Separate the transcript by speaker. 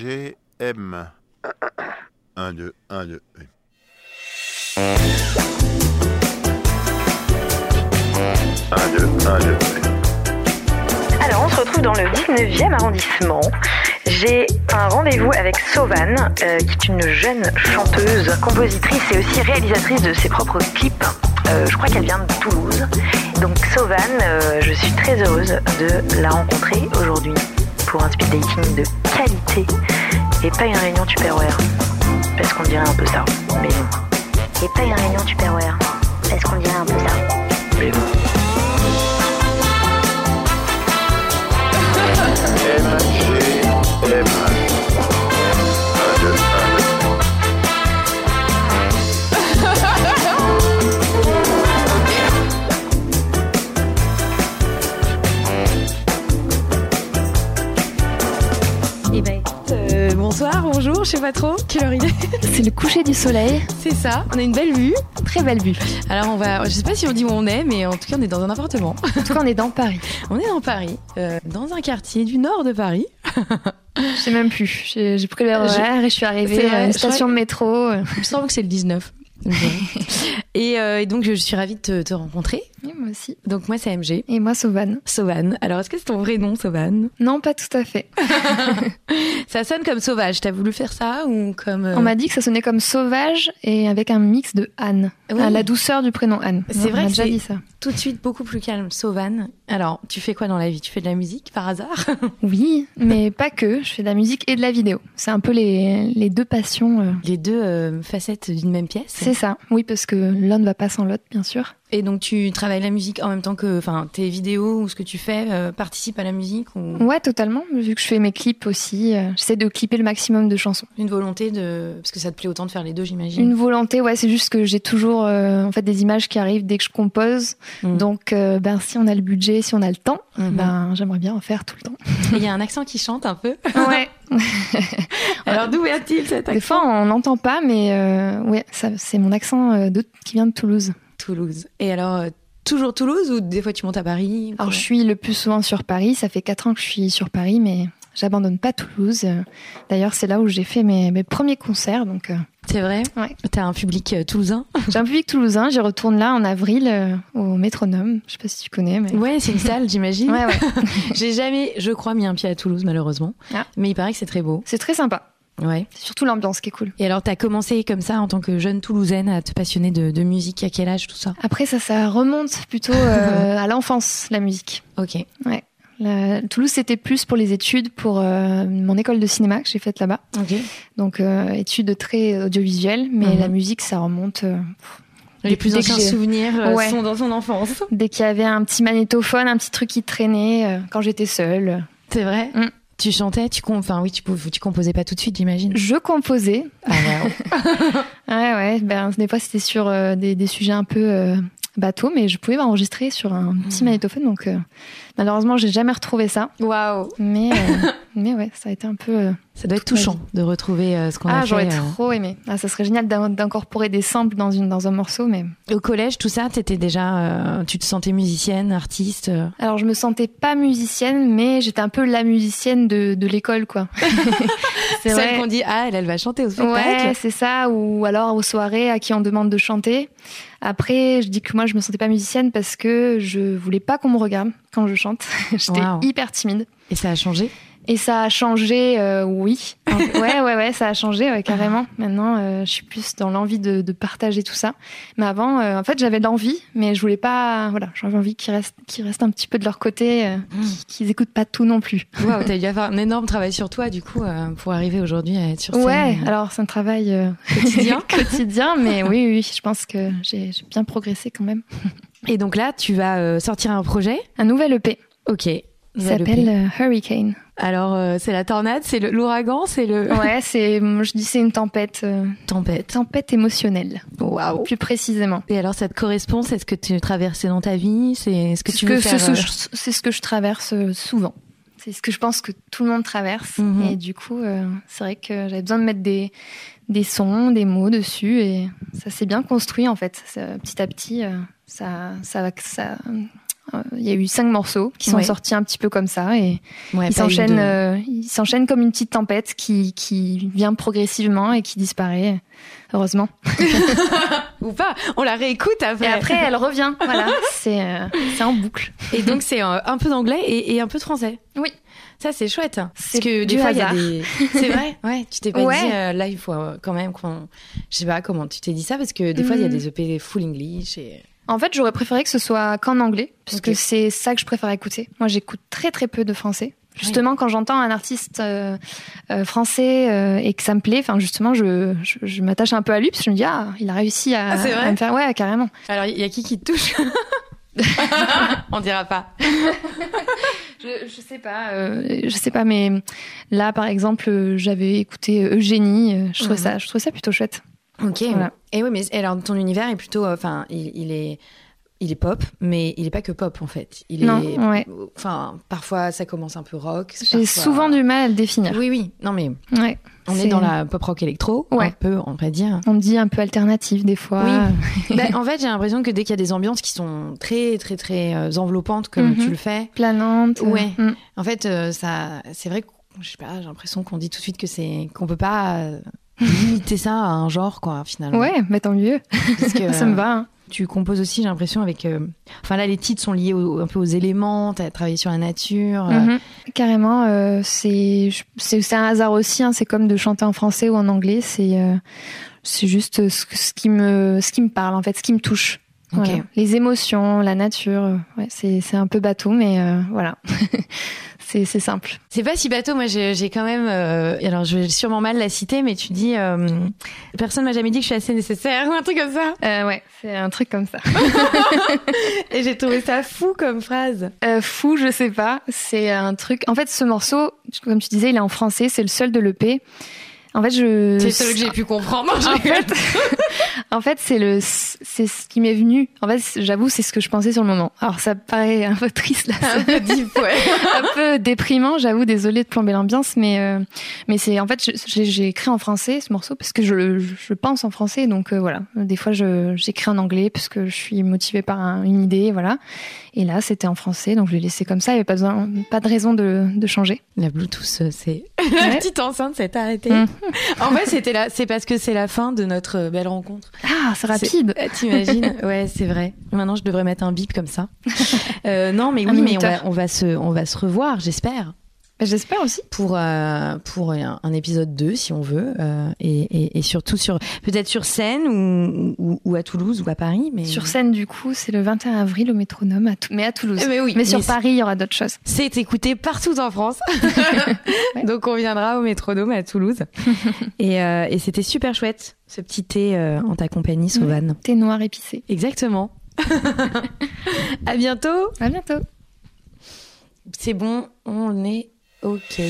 Speaker 1: MGM. 1, 2, 1, 2. Un, deux, un, deux.
Speaker 2: Alors, on se retrouve dans le 19e arrondissement. J'ai un rendez-vous avec Sovane, euh, qui est une jeune chanteuse, compositrice et aussi réalisatrice de ses propres clips. Euh, je crois qu'elle vient de Toulouse. Donc, Sovane, euh, je suis très heureuse de la rencontrer aujourd'hui pour un speed dating de qualité et pas une réunion Tupperware. Parce qu'on dirait un peu ça. Mais non. Et pas une réunion Tupperware. Parce qu'on dirait un peu ça. Mais non.
Speaker 1: MGM. 1, 2, 1, 2.
Speaker 3: Eh ben,
Speaker 4: Euh, bonsoir, bonjour, je sais pas trop quelle heure il est.
Speaker 3: C'est le coucher du soleil,
Speaker 4: C'est ça, on a une belle vue.
Speaker 3: très belle vue.
Speaker 4: Alors on va, je sais pas si on dit où on est, mais en tout cas on est dans un appartement.
Speaker 3: En tout cas, on est dans Paris.
Speaker 4: On est dans Paris, euh, dans un quartier du nord de Paris.
Speaker 3: Je sais même plus. J'ai j'ai pris le
Speaker 4: Je-
Speaker 3: RER et je suis
Speaker 4: C'est
Speaker 3: arrivée
Speaker 4: vrai,
Speaker 3: à une
Speaker 4: je
Speaker 3: station de métro.
Speaker 4: Il me semble que c'est le 19. Donc, euh, et, euh, et donc je suis ravie de te, te rencontrer.
Speaker 3: Et moi aussi.
Speaker 4: Donc moi c'est MG.
Speaker 3: Et moi, Sauvane.
Speaker 4: Sovane. Alors est-ce que c'est ton vrai nom, Sovane
Speaker 3: Non, pas tout à fait.
Speaker 4: Ça sonne comme sauvage. T'as voulu faire ça ou comme euh,
Speaker 3: On m'a dit que ça sonnait comme sauvage et avec un mix de Anne.
Speaker 4: Oui.
Speaker 3: Ah, la douceur du prénom Anne.
Speaker 4: C'est
Speaker 3: On
Speaker 4: vrai
Speaker 3: m'a
Speaker 4: que
Speaker 3: déjà
Speaker 4: c'est-
Speaker 3: dit ça.
Speaker 4: tout de suite beaucoup plus calme, Sovane. Alors tu fais quoi dans la vie Tu fais de la musique par hasard
Speaker 3: Oui, mais pas que. Je fais de la musique et de la vidéo. C'est un peu les, les deux passions. euh.
Speaker 4: Les deux euh, facettes d'une même pièce.
Speaker 3: C'est ça. Oui, parce que l'un ne va pas sans l'autre, bien sûr.
Speaker 4: Et donc tu travailles la musique en même temps que enfin tes vidéos ou ce que tu fais euh, participent à la musique ou
Speaker 3: Ouais, totalement. Vu que je fais mes clips aussi, euh, j'essaie de clipper le maximum de chansons.
Speaker 4: une volonté de parce que ça te plaît autant de faire les deux j'imagine.
Speaker 3: Une volonté, ouais, c'est juste que j'ai toujours euh, en fait des images qui arrivent dès que je compose.
Speaker 4: Mm.
Speaker 3: Donc, euh, ben si on a le budget, si on a le temps,
Speaker 4: Mhm.
Speaker 3: ben j'aimerais bien en faire tout le temps.
Speaker 4: Et Il y a un accent qui chante un peu.
Speaker 3: Ouais.
Speaker 4: Alors d'où vient-il cet
Speaker 3: Des
Speaker 4: accent
Speaker 3: fois, on l'entend pas, mais euh, ouais, ça, c'est mon accent euh, de, qui vient de Toulouse.
Speaker 4: Toulouse. Et alors euh, toujours Toulouse ou des fois tu montes à Paris
Speaker 3: Alors, je suis le plus souvent sur Paris. Ça fait quatre ans que je suis sur Paris, mais j'abandonne pas Toulouse. Euh, D'ailleurs, c'est là où j'ai fait mes, mes premiers concerts. Donc, euh,
Speaker 4: C'est vrai.
Speaker 3: Ouais.
Speaker 4: T'as un public euh, toulousain.
Speaker 3: j'ai un public toulousain. J'y retourne là en avril euh, au Métronome. Je sais pas si tu connais, mais
Speaker 4: Ouais, c'est une salle j'imagine.
Speaker 3: ouais, ouais.
Speaker 4: J'ai jamais, je crois, mis un pied à Toulouse malheureusement.
Speaker 3: Ah.
Speaker 4: Mais il paraît que c'est très beau.
Speaker 3: c'est très sympa.
Speaker 4: Ouais.
Speaker 3: C'est surtout l'ambiance qui est cool.
Speaker 4: Et alors t'as commencé comme ça en tant que jeune Toulousaine à te passionner de, de musique à quel âge tout ça
Speaker 3: Après, ça, ça remonte plutôt euh, à l'enfance, la musique.
Speaker 4: Ok.
Speaker 3: La- Toulouse, c'était plus pour les études, pour euh, mon école de cinéma que j'ai faite là-bas.
Speaker 4: Ok.
Speaker 3: Donc, euh, études très audiovisuelles, mais
Speaker 4: Mhm.
Speaker 3: la musique, ça remonte. euh,
Speaker 4: Les
Speaker 3: Dès-
Speaker 4: plus
Speaker 3: dès que
Speaker 4: anciens
Speaker 3: j'ai-
Speaker 4: souvenirs euh,
Speaker 3: Ouais.
Speaker 4: sont dans son enfance.
Speaker 3: dès qu'il y avait un petit magnétophone, un petit truc qui traînait euh, quand j'étais seule.
Speaker 4: C'est vrai
Speaker 3: Mm.
Speaker 4: Tu chantais, tu com- enfin oui, tu, pou- tu composais pas tout de suite, j'imagine.
Speaker 3: Je composais.
Speaker 4: Ah, ouais.
Speaker 3: Ouais, ouais. Ben, des fois, c'était sur euh, des, des sujets un peu euh, bateaux, mais je pouvais enregistrer sur un petit magnétophone. Donc, euh, malheureusement, j'ai jamais retrouvé ça.
Speaker 4: Waouh
Speaker 3: Mais, euh, mais ouais, ça a été un peu. euh,
Speaker 4: Ça doit être
Speaker 3: Toute ma
Speaker 4: touchant de retrouver euh, ce qu'on
Speaker 3: Ah,
Speaker 4: a
Speaker 3: j'aurais
Speaker 4: fait. euh.
Speaker 3: trop aimé. Ah, ça serait génial d'in- d'incorporer des samples dans, une, dans un morceau, mais.
Speaker 4: Au collège, tout ça, t'étais déjà, euh, tu te sentais musicienne, artiste. euh.
Speaker 3: Alors, je me sentais pas musicienne, mais j'étais un peu la musicienne de, de l'école, quoi. c'est
Speaker 4: Celle
Speaker 3: vrai.
Speaker 4: qu'on dit, ah, elle, elle va chanter au spectacle.
Speaker 3: Ouais, c'est ça, ou alors aux soirées à qui on demande de chanter. Après, je dis que moi, je me sentais pas musicienne parce que je voulais pas qu'on me regarde quand je chante. J'étais
Speaker 4: Wow.
Speaker 3: hyper timide.
Speaker 4: Et ça a changé.
Speaker 3: Et ça a changé, euh, oui. Ouais, ouais, ouais, ça a changé, ouais,
Speaker 4: Ah.
Speaker 3: carrément. Maintenant, euh, je suis plus dans l'envie de, de partager tout ça. Mais avant, euh, en fait, j'avais l'envie, mais je voulais pas. Voilà, j'avais envie qu'ils restent, qu'ils restent un petit peu de leur côté, euh,
Speaker 4: Ah.
Speaker 3: qu'ils écoutent pas tout non plus.
Speaker 4: Waouh, t'as dû avoir un énorme travail sur toi, du coup, euh, pour arriver aujourd'hui à être sur scène.
Speaker 3: Ouais,
Speaker 4: euh,
Speaker 3: alors c'est un travail euh,
Speaker 4: quotidien. Mm.
Speaker 3: quotidien, mais oui, oui, je pense que j'ai j'ai bien progressé quand même.
Speaker 4: Et donc là, tu vas euh, sortir un projet.
Speaker 3: Un nouvel EP
Speaker 4: Ok.
Speaker 3: qui
Speaker 4: E
Speaker 3: s'appelle euh, Hurricane.
Speaker 4: Alors, euh, c'est la tornade, c'est le- l'ouragan, c'est le.
Speaker 3: Ouais, c'est, je dis, c'est une tempête, euh,
Speaker 4: Tempête.
Speaker 3: tempête émotionnelle,
Speaker 4: Waouh.
Speaker 3: plus précisément.
Speaker 4: Et alors, ça te correspond C'est ce que tu traversais dans ta vie C'est ce que
Speaker 3: C'est
Speaker 4: tu
Speaker 3: ce
Speaker 4: veux
Speaker 3: que-
Speaker 4: faire
Speaker 3: c'est ce,
Speaker 4: euh,
Speaker 3: je- c'est ce que je traverse euh, souvent. C'est ce que je pense que tout le monde traverse.
Speaker 4: Mhm.
Speaker 3: Et du coup, euh, c'est vrai que j'avais besoin de mettre des, des sons, des mots dessus. Et ça s'est bien construit, en fait. Ça, petit à petit, euh, ça, ça, va- ça, Euh, Il y a eu cinq morceaux qui sont
Speaker 4: Ouais.
Speaker 3: sortis un petit peu comme ça et
Speaker 4: Ouais,
Speaker 3: ils
Speaker 4: pas une
Speaker 3: s'enchaînent, euh,
Speaker 4: de-
Speaker 3: ils s'enchaînent comme une petite tempête qui, qui vient progressivement et qui disparaît, heureusement.
Speaker 4: Ou pas, on la réécoute
Speaker 3: Et
Speaker 4: après.
Speaker 3: après, elle revient. Voilà, c'est euh, c'est en boucle.
Speaker 4: Et donc c'est euh, un peu d'anglais et, et un peu de français.
Speaker 3: Oui.
Speaker 4: Ça c'est chouette. Parce
Speaker 3: C'est
Speaker 4: que des
Speaker 3: du
Speaker 4: fois, il y a
Speaker 3: hasard.
Speaker 4: des- C'est vrai. Ouais. Tu t'es pas
Speaker 3: Ouais.
Speaker 4: dit euh, là il faut euh, quand même qu'on. Je sais pas comment tu t'es dit ça parce que des fois il y a
Speaker 3: Mm.
Speaker 4: des EP full English et.
Speaker 3: En fait, j'aurais préféré que ce soit qu'en anglais, parce que
Speaker 4: Ok.
Speaker 3: c'est ça que je préfère écouter. Moi, j'écoute très très peu de français.
Speaker 4: Ah
Speaker 3: Justement, quand j'entends un artiste euh, euh, français euh, et que ça me plaît, enfin justement, je, je, je m'attache un peu à lui parce que je me dis ah, il a réussi à,
Speaker 4: Ah, c'est vrai
Speaker 3: à me faire ouais carrément.
Speaker 4: Alors il y a qui qui te touche On dira pas.
Speaker 3: Je, je sais pas, euh, je sais pas, mais là par exemple, euh, j'avais écouté Eugénie, euh, je trouve
Speaker 4: Mhm.
Speaker 3: ça, je trouve ça plutôt chouette.
Speaker 4: Ok.
Speaker 3: Voilà.
Speaker 4: Et oui, mais alors ton univers est plutôt, euh, enfin, il, il est, il est pop, mais il est pas que pop en fait. Il
Speaker 3: Non,
Speaker 4: est,
Speaker 3: ouais.
Speaker 4: enfin, parfois ça commence un peu rock.
Speaker 3: J'ai
Speaker 4: parfois-
Speaker 3: souvent du mal à le définir.
Speaker 4: Oui, oui. Non mais
Speaker 3: Ouais,
Speaker 4: on est...
Speaker 3: C'est-
Speaker 4: dans la pop rock électro, un
Speaker 3: Ouais.
Speaker 4: peu, on va dire.
Speaker 3: On me dit un peu alternative des fois.
Speaker 4: Oui. Ben, en fait, j'ai l'impression que dès qu'il y a des ambiances qui sont très, très, très euh, enveloppantes, comme
Speaker 3: Mhm.
Speaker 4: tu le fais,
Speaker 3: planante. euh,
Speaker 4: Ouais.
Speaker 3: mm.
Speaker 4: en fait, euh, ça, c'est vrai que je sais pas, j'ai l'impression qu'on dit tout de suite que c'est qu'on peut pas euh, limiter ça à un genre, quoi, finalement.
Speaker 3: Ouais, mais tant mieux.
Speaker 4: Parce que, euh,
Speaker 3: Ça me va. hein.
Speaker 4: Tu composes aussi, j'ai l'impression, avec. euh, Enfin, là, les titres sont liés au- un peu aux éléments, tu as travaillé sur la nature. euh,
Speaker 3: Mhm. Carrément, euh, c'est je- c'est c'est un hasard aussi. hein, c'est comme de chanter en français ou en anglais. C'est euh, c'est juste ce, que- ce qui me ce qui me parle en fait, ce qui me touche.
Speaker 4: Ok.
Speaker 3: Voilà. Les émotions, la nature. euh, Ouais, c'est c'est un peu bateau, mais euh, voilà, c'est c'est simple.
Speaker 4: C'est pas si bateau, moi j'ai j'ai quand même. euh, alors, je vais sûrement mal la citer, mais tu dis euh, Personne m'a jamais dit que je suis assez nécessaire, ou un truc comme ça.
Speaker 3: Euh, ouais, c'est un truc comme ça.
Speaker 4: Et j'ai trouvé ça fou comme phrase.
Speaker 3: Euh, fou, je sais pas. C'est un truc. En fait, ce morceau, comme tu disais, il est en français. C'est le seul de l'EP. En fait, je
Speaker 4: C'est celui que j'ai pu comprendre.
Speaker 3: En fait, en fait, c'est le, c'est ce qui m'est venu. En fait, c'est- j'avoue, c'est ce que je pensais sur le moment. Alors, ça paraît un peu triste là,
Speaker 4: un peu deep, ouais.
Speaker 3: un peu déprimant. J'avoue, désolé de plomber l'ambiance, mais euh, mais c'est en fait, je- j'ai j'ai écrit en français ce morceau parce que je le- je pense en français, donc euh, voilà. Des fois, je j'écris en anglais parce que je suis motivée par un- une idée, voilà. Et là, c'était en français, donc je l'ai laissé comme ça. Il n'y avait pas besoin, pas de raison de, de changer.
Speaker 4: La Bluetooth, euh, c'est. Mmh. La
Speaker 3: Ouais.
Speaker 4: petite enceinte s'est arrêtée.
Speaker 3: Mm.
Speaker 4: en vrai, c'était là. C'est parce que c'est la fin de notre euh, belle rencontre.
Speaker 3: Ah, c'est rapide.
Speaker 4: C'est- Bah, T'imagines Ouais, c'est vrai. Maintenant, je devrais mettre un bip comme ça. Euh, non, mais
Speaker 3: Un
Speaker 4: oui, mais on va,
Speaker 3: minuteur.
Speaker 4: on va se, on va se revoir, j'espère,
Speaker 3: Bah, J'espère aussi.
Speaker 4: pour euh, pour un, un épisode 2, si on veut, euh, et, et- et surtout sur peut-être sur scène ou, ou, ou à Toulouse ou à Paris, mais
Speaker 3: Sur scène, du coup, c'est le 21 avril au Métronome, à Tou- mais à Toulouse.
Speaker 4: Mais oui,
Speaker 3: Euh, Mais sur
Speaker 4: c'est-
Speaker 3: Paris, il y aura d'autres choses.
Speaker 4: C'est écouté partout en France.
Speaker 3: Ouais.
Speaker 4: Donc on viendra au métronome à Toulouse. et euh, et c'était super chouette, ce petit thé euh, en ta compagnie, Sauvane.
Speaker 3: Thé noir épicé.
Speaker 4: Exactement. à bientôt.
Speaker 3: À bientôt.
Speaker 4: C'est bon, on est OK.